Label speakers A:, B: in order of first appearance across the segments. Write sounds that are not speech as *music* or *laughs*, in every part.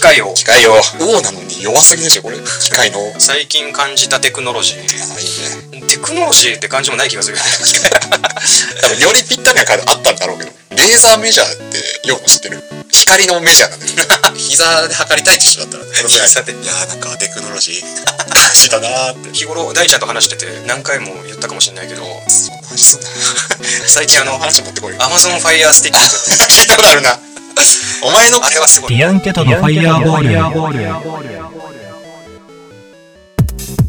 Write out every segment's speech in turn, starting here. A: 械を
B: 機械を王なのに弱すぎでしょこれ機械のあ
A: 最近感じたテクノロジー
B: いいね
A: テクノロジーって感じもない気がする
C: *laughs*
B: 多分よりぴったりなカードあったんだろうけどレーザーメジャーってよく知ってる光のメジャーなんだよ *laughs* 膝で測りたいでしょだったら
A: 膝で
B: いやーなんかテクノロジー感じだなーって
A: 日頃大ちゃんと話してて何回も言ったかもしれないけど
B: そんな話すんな
A: 最近あの
B: 話持ってこいよ
A: Amazon Fire Stick
B: 聞いたことあるなお前の
A: あれはすごい
D: ディアンケトのファイヤーボール。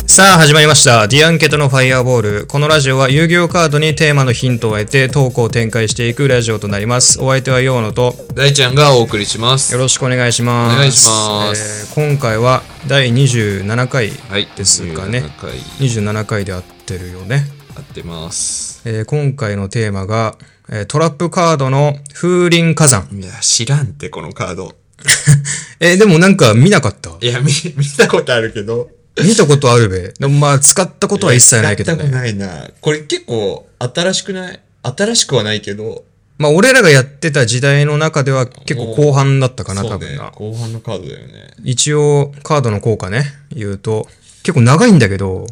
E: さあ始まりました。ディアンケトのファイアーボール。このラジオは遊戯王カードにテーマのヒントを得てトークを展開していくラジオとなります。お相手はヨーノと
C: 大ちゃんがお送りします
E: よ。ろしくお願いします。
C: お願いします
E: えー今回は第27回
C: はい。
E: ですかね
C: 27回
E: 27回で合ってるよね。
C: 合ってます。
E: えー今回のテーマが、えートラップカードの風林火山。
C: いや、知らんって、このカード。
E: えーでもなんか見なかった。
C: いや、見、見たことあるけど。
E: 見たことあるべ。でもまあ使ったことは一切ないけど
C: 使ったこと
E: ね。
C: ないな。これ結構、新しくない新しくはないけど。
E: まあ俺らがやってた時代の中では結構後半だったかな、
C: そ
E: 多
C: うね
E: 分な。
C: 後半のカードだよね。
E: 一応カードの効果ね、言うと。結構長いんだけど、
C: こ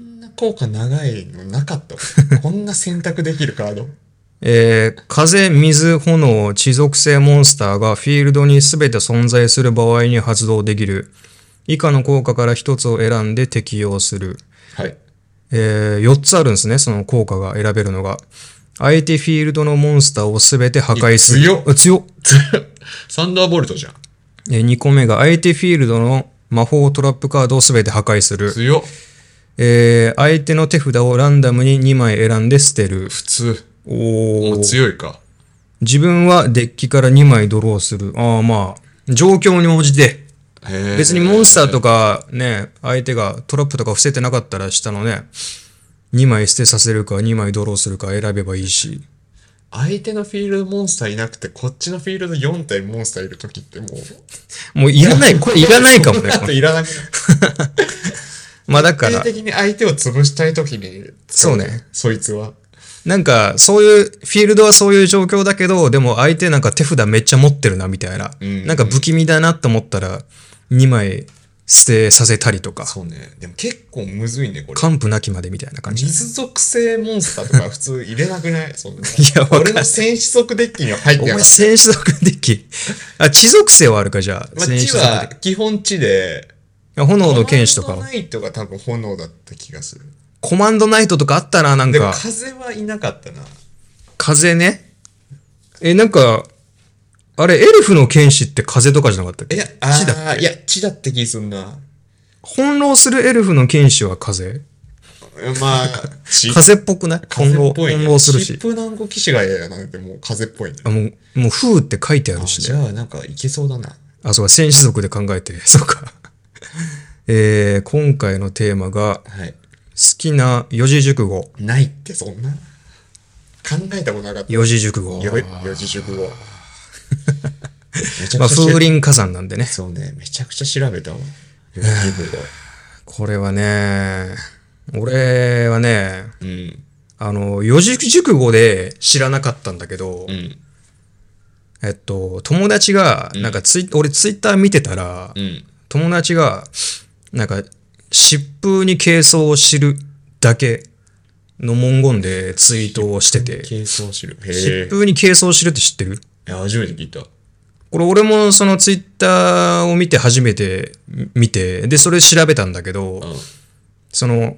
C: んな効果長いのなかった *laughs* もん。こんな選択できるカード。
E: えー風、水、炎、地属性モンスターがフィールドに全て存在する場合に発動できる。以下の効果から一つを選んで適用する。
C: はい。 *laughs*
E: え4つあるんですね、その効果が選べるのが。相手フィールドのモンスターを全て破壊する。
C: 強っ
E: あ強っ
C: サンダーボルトじゃん。
E: え2個目が相手フィールドの魔法トラップカードを全て破壊する。
C: 強っ。
E: えー相手の手札をランダムに2枚選んで捨てる。
C: 普通。
E: お
C: もう
E: ー
C: 強いか。
E: 自分はデッキから2枚ドローする。ああまあ、状況に応じて。
C: へー
E: 別にモンスターとかね、相手がトラップとか伏せてなかったら下のね、2枚捨てさせるか2枚ドローするか選べばいいし。
C: 相手のフィールドモンスターいなくて、こっちのフィールド4体モンスターいるときってもう、
E: もういらない、これいらないか
C: *laughs*
E: もね。
C: あ
E: ことれ
C: いらなく
E: まあだか
C: なる。徹底
E: ら、
C: 的に相手を潰したいときに、
E: そうね。
C: そいつは。
E: なんかそういう、フィールドはそういう状況だけど、でも相手なんか手札めっちゃ持ってるなみたいな。
C: ん
E: なんか不気味だなと思ったら、2枚捨てさせたりとか。
C: そうね。でも結構むずいね、これ。
E: 完膚なきまでみたいな感じ。
C: 水属性モンスターとか普通入れなくないそんな。い
E: やわかんない
C: 俺の戦士属デッキには入っ
E: お
C: てな
E: 前、
C: かった。
E: 戦士族デッキ。あ、地属性はあるか、じゃあ。
C: まあ、
E: 戦士
C: 地
E: 族デッ
C: は基本地で、
E: キあ炎の剣士と
C: コマンド
E: か。
C: ナイトが多分炎だった気がする。
E: コマンドナイトとかあったな、なん
C: でも
E: か。
C: 風はいなかったな。
E: 風ね。え、なんか、あれ、エルフの剣士って風とかじゃなかったっ
C: い
E: け
C: や、
E: 地だ。
C: ああ、いや、地だって気すんな。
E: 翻弄するエルフの剣士は風
C: ま
E: *laughs*
C: あ、地
E: 風っぽくない翻
C: 風
E: 弄、
C: っぽい、
E: 翻
C: ね。
E: 弄するし
C: 疾。風南国騎士がやなんてもう風っぽいね。
E: あ、もう、もう、風って書いてあるし
C: じ
E: ね。
C: ゃあなんかいけそうだな。
E: あ、そうか、戦士族で考えて。 *laughs* そうか。えー、今回のテーマが、
C: はい。
E: 好きな四字熟語。
C: ないってそんな。考えたことなかった。
E: 四字熟語。
C: よ、四字熟語。めちゃ
E: まあ、
C: く
E: 風
C: ちゃ調べ
E: 林火山なんでね。
C: そうね、めちゃくちゃ調べたわ。四字熟語。
E: これはね、俺はね、
C: うん。
E: あの、四字熟語で知らなかったんだけど、
C: うん。
E: えっと、友達が、なんかツイ、俺ツイッター見てたら、
C: うん。
E: 友達が、なんか、疾風に軽装を知るだけの文言でツイートをしてて、
C: 軽装知る。へえ
E: 疾。風に軽装を知るって知ってる
C: いや、初めて聞いた。
E: これ俺もそのツイッターを見て初めて見て、で、それ調べたんだけど、
C: うん。
E: その、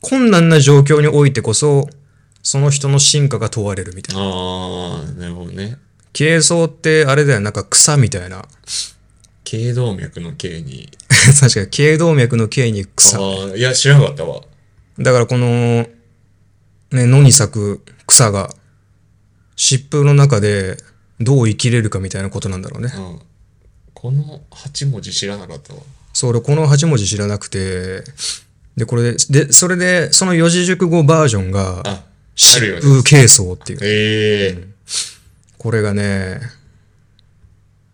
E: 困難な状況においてこそ、その人の進化が問われるみたいな。
C: あー、なるほどね。
E: 軽装ってあれだよ、なんか草みたいな。 *laughs*
C: 頸動脈の頸に。
E: 確かに、頸動脈の頸に
C: あ
E: 草。
C: ー、いや、知らなかったわ。
E: だからこの、ね、野に咲く草が、疾風の中でどう生きれるかみたいなことなんだろうね
C: う。ん。この8文字知らなかったわ。
E: そう、俺この8文字知らなくて、で、これで、で、それで、その四字熟語バージョンが、
C: あ、あるよ
E: 疾
C: ね
E: 風軽装っていう。
C: ええ
E: これがね、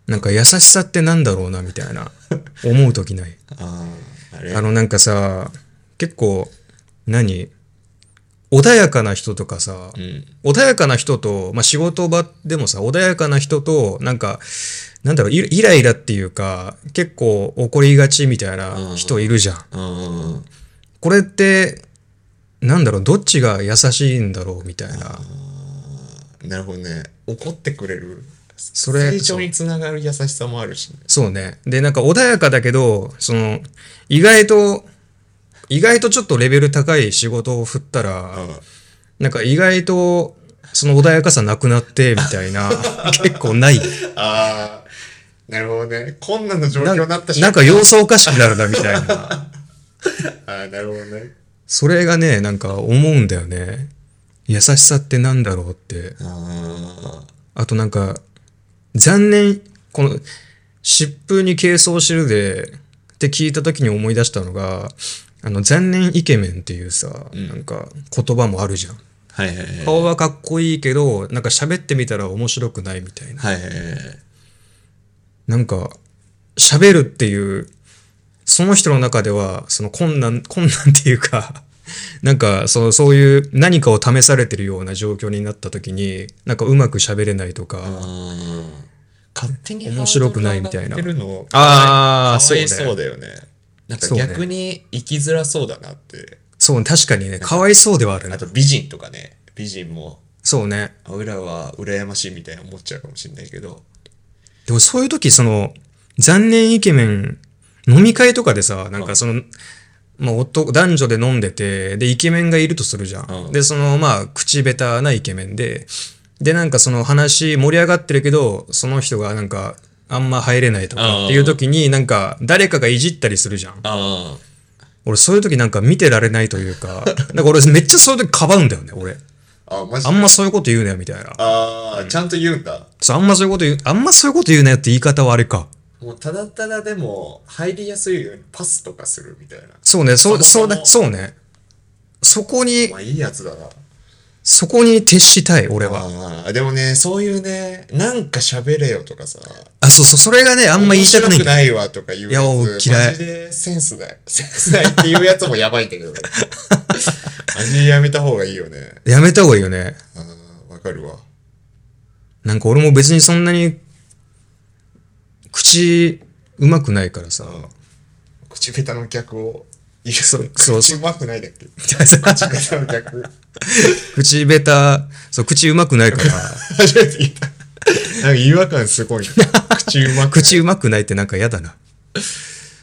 E: なんか優しさってなんだろうな、みたいな。思うときない。
C: ああ、あれ
E: あの、なんかさ、結構、何穏やかな人とかさ、
C: うん。
E: 穏やかな人と、まあ、仕事場でもさ、穏やかな人と、なんか、なんだろう、イライライラっていうか、結構怒りがちみたいな人いるじゃん。
C: うんうん
E: これって、なんだろう、どっちが優しいんだろうみたいな。
C: なるほどね怒ってくれる
E: それ
C: 成長につながる優しさもあるし、ね、
E: そうね。で、なんか穏やかだけど、その、意外と、意外とちょっとレベル高い仕事を振ったら、なんか意外と、その穏やかさなくなって、みたい *laughs* な、結構ない。
C: ああなるほどね困難な状況になったし
E: なんか様子おかしくなるな、みたいな。
C: あーなるほどね
E: それがね、なんか思うんだよね。優しさってなんだろうって。
C: あ
E: あとなんか、残念、この、疾風に軽装してるで、って聞いた時に思い出したのが、あの、残念イケメンっていうさ、なんか言葉もあるじゃん。
C: あはいはいはい
E: 顔はかっこいいけど、なんか喋ってみたら面白くないみたいな。
C: はいはいはいはい
E: なんか、喋るっていう、その人の中では、その困難、困難っていうか、 *laughs* なんか、その、そういう何かを試されてるような状況になった時に、なんかうまく喋れないとか、
C: 勝手に
E: 面白くないみたいな
C: ハードル上がってるの
E: あー
C: かわい
E: そうね
C: そうだよね。なんか
E: そうね
C: 逆に生きづらそうだなって。
E: そう、確かにね、かわいそうではあるね
C: あと美人とかね、美人も、
E: そうね。
C: あ俺らは羨ましいみたいな思っちゃうかもしれないけど。
E: でもそういう時、その、残念イケメン、飲み会とかでさ、なんかその、まあ、男、男女で飲んでて、で、イケメンがいるとするじゃん。
C: うん
E: で、その、まあ、口下手なイケメンで、で、なんかその話盛り上がってるけど、その人がなんか、あんま入れないとかっていう時に、なんか、誰かがいじったりするじゃん。
C: ああ。
E: 俺、そういう時なんか見てられないというか、なんか俺、めっちゃそういう時かばうんだよね、俺。
C: あ、マジ
E: あんまそういうこと言うなよ、みたいな。
C: ああ、ちゃんと言うんだ。
E: そう、あんまそういうこと言う、あんまそういうこと言うなよって言い方はあれか。
C: もうただただでも、入りやすいようにパスとかするみたいな。
E: そうね、そう、
C: そ
E: そ
C: もそう
E: ね、そう
C: も
E: ね。そこに
C: ま、あいいやつだな。
E: そこに徹したい、俺は。
C: ああ、でもね、そういうね、なんか喋れよとかさ、
E: あ、そうそう、それがね、あんま言いたくない
C: 面白く。ないわとか言うや
E: いやもう
C: つ。
E: 嫌い
C: マジでセンスない。センスないっていうやつもやばいんだけど
E: *laughs*
C: ね。マジでやめた方がいいよね。
E: やめた方がいいよね。
C: あーわかるわ。
E: なんか俺も別にそんなに、口、うまくないから
C: *laughs*
E: さ。
C: 口下手の客を。いや、
E: そうそう
C: 口うまくないだっけ口下手の客。
E: 口下手、そう、口うまくないから、
C: 初めて言った。なんか違和感すごいな。口うまくない。
E: 口うまくないってなんか嫌だな。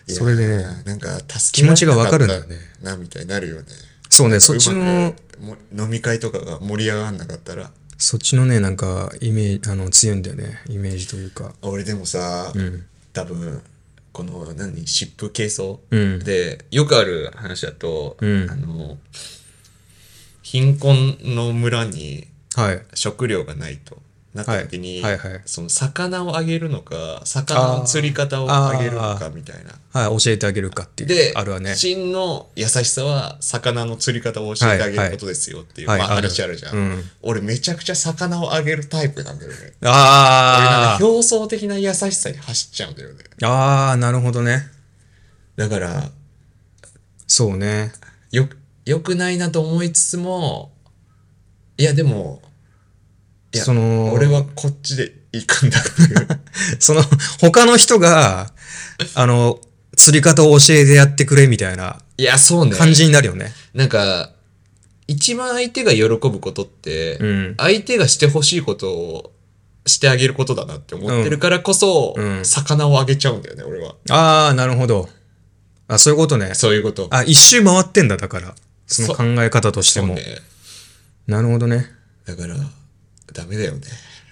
E: それでね
C: いやー、なんか助
E: 気持ちがわかるんだよね
C: けられなかったな、みたいになるよね。
E: そうね、そっち
C: うま
E: の、
C: くも飲み会とかが盛り上がんなかったら。
E: そっちのね、なんか、イメージ、あの、強いんだよね。イメージというか。
C: 俺でもさ、多分この何湿布軽装、
E: うん
C: でよくある話だと、
E: うん
C: あの貧困の村に
E: はい。
C: 食料がないとなった時に、
E: はいはいはい
C: その魚をあげるのか魚の釣り方をあげるのかみたいな。
E: はい、教えてあげるかっていう。
C: で、
E: あるわね。
C: 真の優しさは魚の釣り方を教えてあげることですよっていう、
E: はいはい
C: まあ、
E: はいある
C: 話あるじゃん,、
E: うん
C: 俺めちゃくちゃ魚をあげるタイプなんだよね。俺なん
E: あ
C: か表層的な優しさに走っちゃうんだよね。
E: あ。ああ、なるほどね。
C: だから、
E: そうね。
C: よ、良くないなと思いつつも、いや、でも、いや、
E: その
C: 俺はこっちで行くん *laughs* だっていう。
E: その、他の人が、あの、釣り方を教えてやってくれみたいない
C: や、そうね。
E: 感じになるよね。
C: なんか、一番相手が喜ぶことって、
E: うん
C: 相手がしてほしいことをしてあげることだなって思ってるからこそ、
E: うん
C: 魚をあげちゃうんだよね、俺は。
E: ああ、なるほど。あ、そういうことね。
C: そういうこと。
E: あ、一周回ってんだ、だから。その考え方として
C: そう
E: も。
C: ね。
E: なるほどね。
C: だから、ダメだよね。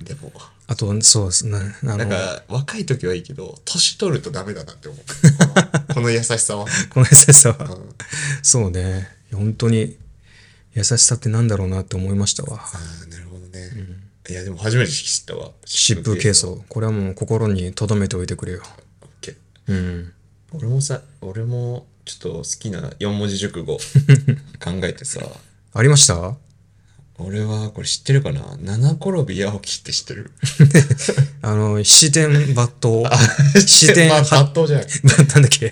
C: でも、
E: あと、そうですね。あ
C: なん
E: の、
C: か、若い時はいいけど、年取るとダメだな *laughs* って思う。このこの優しさは。
E: この優しさは。そうね。本当に、優しさってなんだろうなって思いましたわ。
C: ああ、なるほどね。いや、でも初めて知ったわ。
E: 疾風軽
C: オッ
E: 装。これはもう心に留めておいてくれよ。
C: ケー。
E: うん。
C: 俺もさ、俺もちょっと好きな四文字熟語考えてさ、
E: ありました
C: 俺はこれ知ってるかな七転び八起きって知ってる
E: あの、七点抜 *laughs* 刀。七点
C: ま
E: 抜
C: あ、抜刀じゃない。
E: なんだっけ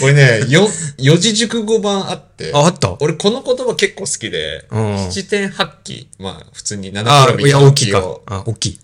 C: これね、よ四字熟語版あって、
E: あ、あった
C: 俺この言葉結構好きで、
E: うん
C: 七点八起、まあ普通に七
E: あ、
C: 転
E: い
C: び
E: や、大
C: 八
E: きい
C: 起
E: か
C: を、。
E: あ、大きい。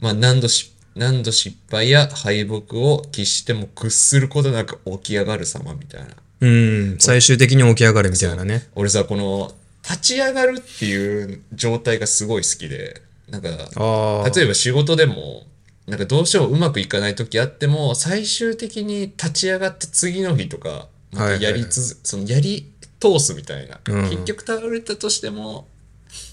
C: まあ何度失何度失敗や敗北を喫しても屈することなく起き上がる様みたいな。
E: うん、最終的に起き上がるみたいなね。
C: 俺さ、この、立ち上がるっていう状態がすごい好きで、なんか、
E: ああ。
C: 例えば仕事でも、なんかどうしてもうまくいかない時あっても、最終的に立ち上がって次の日とか、またやり続、そのやり通すみたいな。
E: うん
C: 結局倒れたとしても、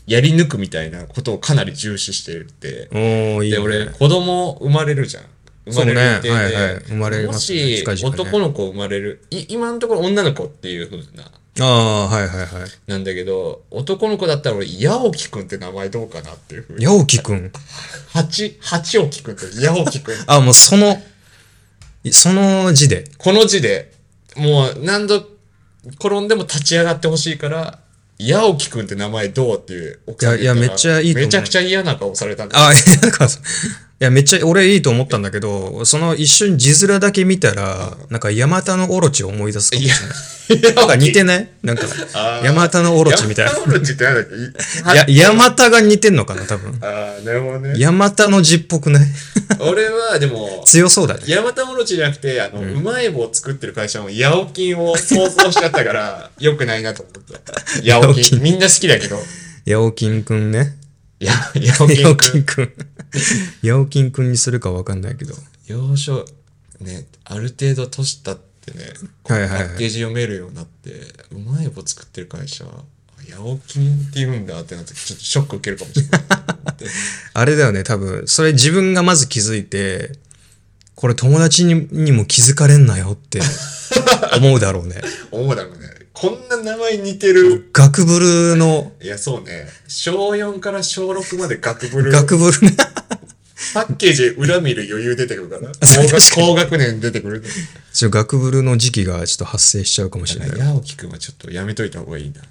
C: やり抜くみたいなことをかなり重視してるって。
E: おー、いい、
C: で、
E: ね。
C: 俺、子供生まれるじゃん。生まれる予定で
E: そうねはいはい生まれ
C: も
E: ますね
C: し
E: 近々ね
C: 男の子生まれる、い今のところ女の子っていうふうな、
E: ああ、はいはいはい。
C: なんだけど、男の子だったら俺、八起くんって名前どうかなっていうふうに。
E: 八起くん。
C: 八、八を聞くって、矢
E: *laughs*
C: を聞く。
E: あ、もうその、その字で。
C: この字で、もう何度転んでも立ち上がってほしいから、矢を聞くんって名前どうっていう奥さんに言た
E: いやい
C: ら
E: やめっちゃいいと思う
C: めちゃくちゃ嫌な顔されたんだ。
E: あ、 *laughs* いやなんか、いや、めっちゃ俺いいと思ったんだけど、その一瞬字面だけ見たら、なんか山田のオロチを思い出すかも
C: い
E: し
C: や
E: れない。、なんか似てないなんか、山田のオロチみたい
C: ヤマオロチってなんだっけ
E: な。
C: い
E: いや、山田が似てんのかな、多分。
C: ああ、なるほどね。
E: 山田の字っぽくない *laughs*
C: 俺はでも、
E: 強そうだね。
C: ヤマタオロチじゃなくて、あの、うまい棒を作ってる会社のヤオキンを想像しちゃったから、良くないなと思った。ヤオ
E: ヤオ
C: キ
E: キ
C: ン。
E: ン
C: みんな好きだけど。
E: ヤオキンくんね。
C: *laughs* ヤヤオキ
E: ヤオ
C: ン
E: キ
C: 君
E: ン。くん。 *laughs* ヤオキンくんにするかわかんないけど。
C: 要所ねある程度年取ってねこう
E: はいはいはい
C: パッケージ読めるようになって、うまい棒作ってる会社ヤオキンって言うんだってなってちょっとショック受けるかもしれない
E: あれだよね、多分。それ自分がまず気づいて、これ友達ににも気づかれんなよって
C: *laughs*
E: 思うだろうね。
C: *laughs* 思うだろうねこんな名前似てる
E: 学ブルの、
C: いやそうね小4から小6まで学部る
E: 学ブルね。 *laughs*
C: パッケージ裏見る余裕出てくるから *laughs*
E: そう
C: 高
E: 確
C: 学
E: かに
C: 高学年出てくる
E: ちょ、学ブルの時期がちょっと発生しちゃうかもしれない。
C: ヤオキ君はちょっとやめといた方がいいな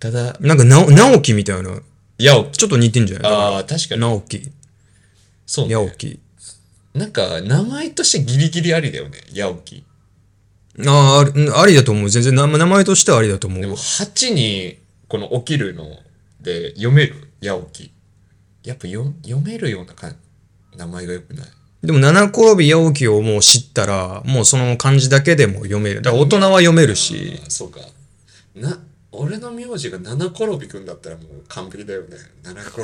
C: ただ
E: なんかな、直樹みたいな。
C: ヤオキ
E: ちょっと似てんじゃない
C: ああ確かに
E: 直樹。
C: そうね
E: ヤオキ。
C: なんか名前としてギリギリありだよねヤオキ
E: あーあり、ありだと思う。全然、名前名前としてはありだと思
C: でも
E: う。
C: 8にこの起きるので読める八起き。やっぱよ読めるようなか名前が良くない。
E: でも、七転び八起きをもう知ったら、もうその漢字だけでも読める。だから大人は読めるし
C: あ。そうか。な、俺の名字が七転びくんだったらもう完璧だよね。七転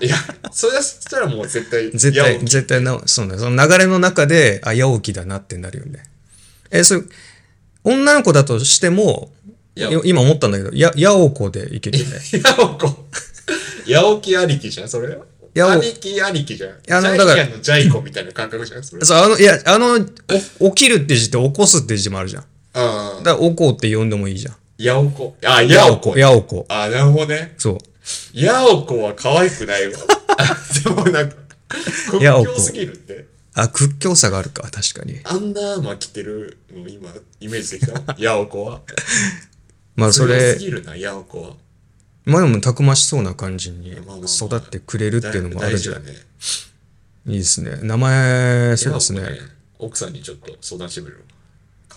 C: び。いや、 *laughs* それはそしたらもう絶対、
E: 絶対、
C: 八起き
E: 絶対な、そうね。その流れの中で、あ、八起きだなってなるよね。え、それ、女の子だとしても、
C: 八
E: よ今思ったんだけど、や、八おこでいけるよ
C: *laughs*
E: ね。
C: 八起こ。八起きありきじゃん、それ。
E: 八
C: あ
E: 起
C: りきありきじゃん。
E: やあの
C: ジャイ
E: だから
C: アンのジャイコみたいな感覚じゃん、それ。
E: そう、あの、いや、あの、お起きるって字と起こすって字もあるじゃん。
C: うん。
E: だから、おこうって呼んでもいいじゃん。
C: 八起こ。あ、八起こ。
E: やおこ。
C: あ、なるほどね。
E: そう。
C: ヤオコは可愛くな
E: *laughs*
C: いわ。でもなんか、屈
E: ヤオコ
C: 強すぎるって。
E: あ、屈強さがあるか、確かに。
C: アンダーアーマー着てるの今、イメージで
E: *laughs*
C: きた。ヤオコは。
E: まあ、そ
C: 強
E: れ、
C: すぎるな、ヤオコは。
E: まあでも、たくましそうな感じに
C: まあまあまあ
E: 育ってくれるっていうのもあるんじゃない
C: 大事だね。
E: いいですね。名前、そうです
C: ヤオ
E: ね
C: コ。奥さんにちょっと相談してみるわ。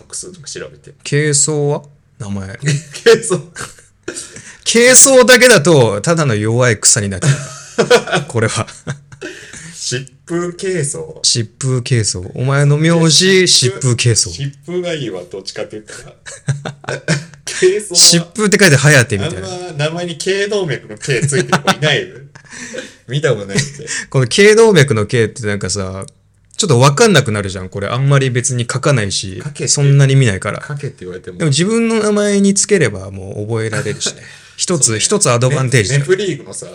C: 画数とか調べて。
E: 軽装は名前。
C: けど、
E: 軽装だけだと、ただの弱い草になっちゃう。
C: *laughs*
E: これは。
C: 疾風軽装。
E: 疾風軽装。お前の名字、疾風軽装。
C: 疾風がいいわ、どっちかって言ったら。軽装
E: 疾
C: は。
E: 風って書いて、はやてみ
C: あ
E: たいな。
C: んま名前に頸動脈の頸ついてる子いない
E: *laughs*
C: よ。見たことないって。
E: この頸動脈の頸ってなんかさ、ちょっとわかんなくなるじゃん。これ、あんまり別に書かないし
C: 書けって、
E: そんなに見ないから。
C: かけって言われても
E: でも自分の名前につければもう覚えられるしね。一つ、一つアドバンテージだ
C: ネ
E: よ
C: プリーグのさ、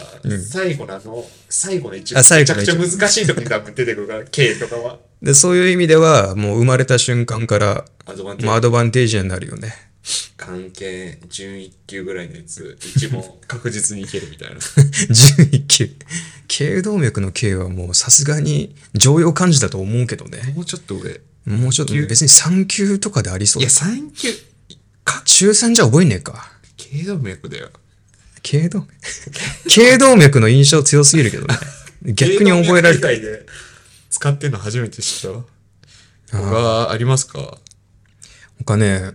C: 最後のあの、最後の一
E: あ
C: 番め
E: 最
C: ち
E: 後
C: ゃ
E: の
C: く
E: 一
C: ちゃ
E: 番
C: 難しい時に多分出てくるから、K とかは。
E: で、そういう意味では、もう生まれた瞬間から、
C: アドバンテ
E: もうア
C: ージ。
E: ドバンテージになるよね。 *laughs*
C: 関係11級ぐらいのや
E: *laughs*
C: つ、一問確実にいけるみたいな。
E: 11級。頸動脈の頸はもうさすがに常用漢字だと思うけどね。
C: もうちょっと上。
E: もうちょっとね、別に3級とかでありそう
C: いや、
E: だ。
C: 3級。
E: 中3じゃ覚えねえか。
C: K 動脈だよ。
E: 頸 *laughs* 動脈。頸動脈の印象強すぎるけど *laughs* ね。逆に覚えられた
C: た。いで使ってんの初めて知ったわ。他ありますか
E: 他ね、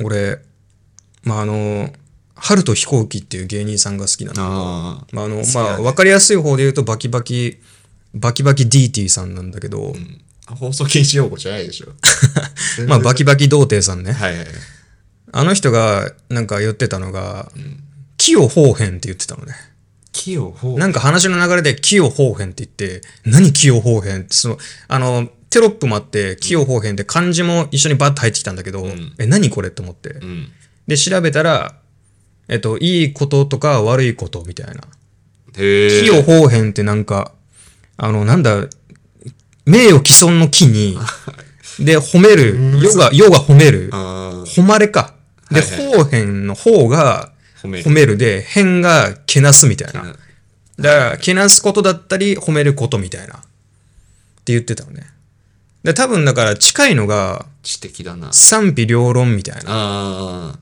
E: 俺、まあ、あの、春と飛行機っていう芸人さんが好きなの。
C: ああ。
E: まあ、あの、
C: きだね
E: まあ、わかりやすい方で言うと、バキバキバキバキ DT さんなんだけど、
C: 放送禁止用語じゃない
E: *laughs*
C: でしょ。
E: まあバキバキ童貞さんね。
C: はいはい。
E: あの人がなんか言ってたのが、木を方変って言ってたのね。
C: 木をほう。
E: なんか話の流れで木を方変って言って、何木を方変って、その、あの、テロップもあって、木を方変って漢字も一緒にバッと入ってきたんだけど、え、何これって思って。
C: うん。
E: で、調べたら、えっと、いいこととか悪いことみたいな。
C: へえ。
E: 木を方変ってなんか、あの、なんだ、名誉毀損の木
C: *laughs*
E: に、で、褒める、世が、世が褒める、
C: あー
E: 誉れか。で、
C: はい
E: 方変の方が
C: 褒める
E: 褒めるで、変がけなすみたいな。
C: な
E: だから、けなすことだったり、褒めることみたいな。って言ってたのね。で、多分だから近いのが、
C: 知的だな。
E: 賛否両論みたいな。
C: あ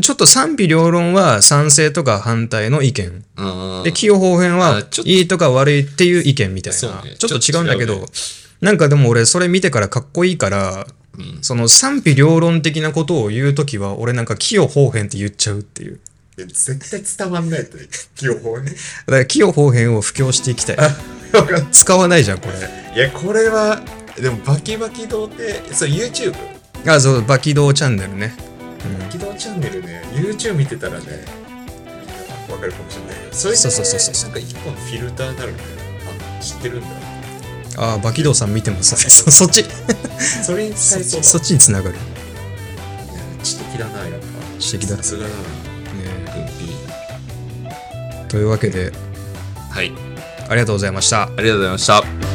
E: ちょっと賛否両論は賛成とか反対の意見。
C: あ。ああ。
E: で、起用方変
C: あ
E: は
C: ちょっ、と
E: いいとか悪いっていう意見みたい
C: そう
E: な。
C: ね
E: ちょっと違うんだけ
C: ちょっと違う
E: ど
C: ね、
E: なんかでも俺、それ見てからかっこいいから、その賛否両論的なことを言うときは、俺なんか起用方変って言っちゃうっていう。
C: 絶対伝わんないって。
B: 両方ね。
E: だから、起用方変を布教していきたい。使わないじゃん、これ。
C: *laughs* いや、これは、でもバキバキ童貞、そう、YouTube、
E: あ、そう、バキドーチャンネルね。
C: 起動チャンネルね、YouTube 見てたらね、わかるかもしれない。それ
E: そうそうそうそ
C: なんか一個のフィルターになるんだよ。あ、知ってるんだ。
E: あーバキドーさん見てます。 *laughs* そそっ
C: *laughs*
E: ち、
C: それに使えそうだ。
E: そっちにつながる。
C: ね知的だな、やっぱ。
E: 知的だ
C: さすがだな、
E: ね
C: グッピー。
E: というわけで、
C: はい。
E: ありがとうございました。
C: ありがとうございました。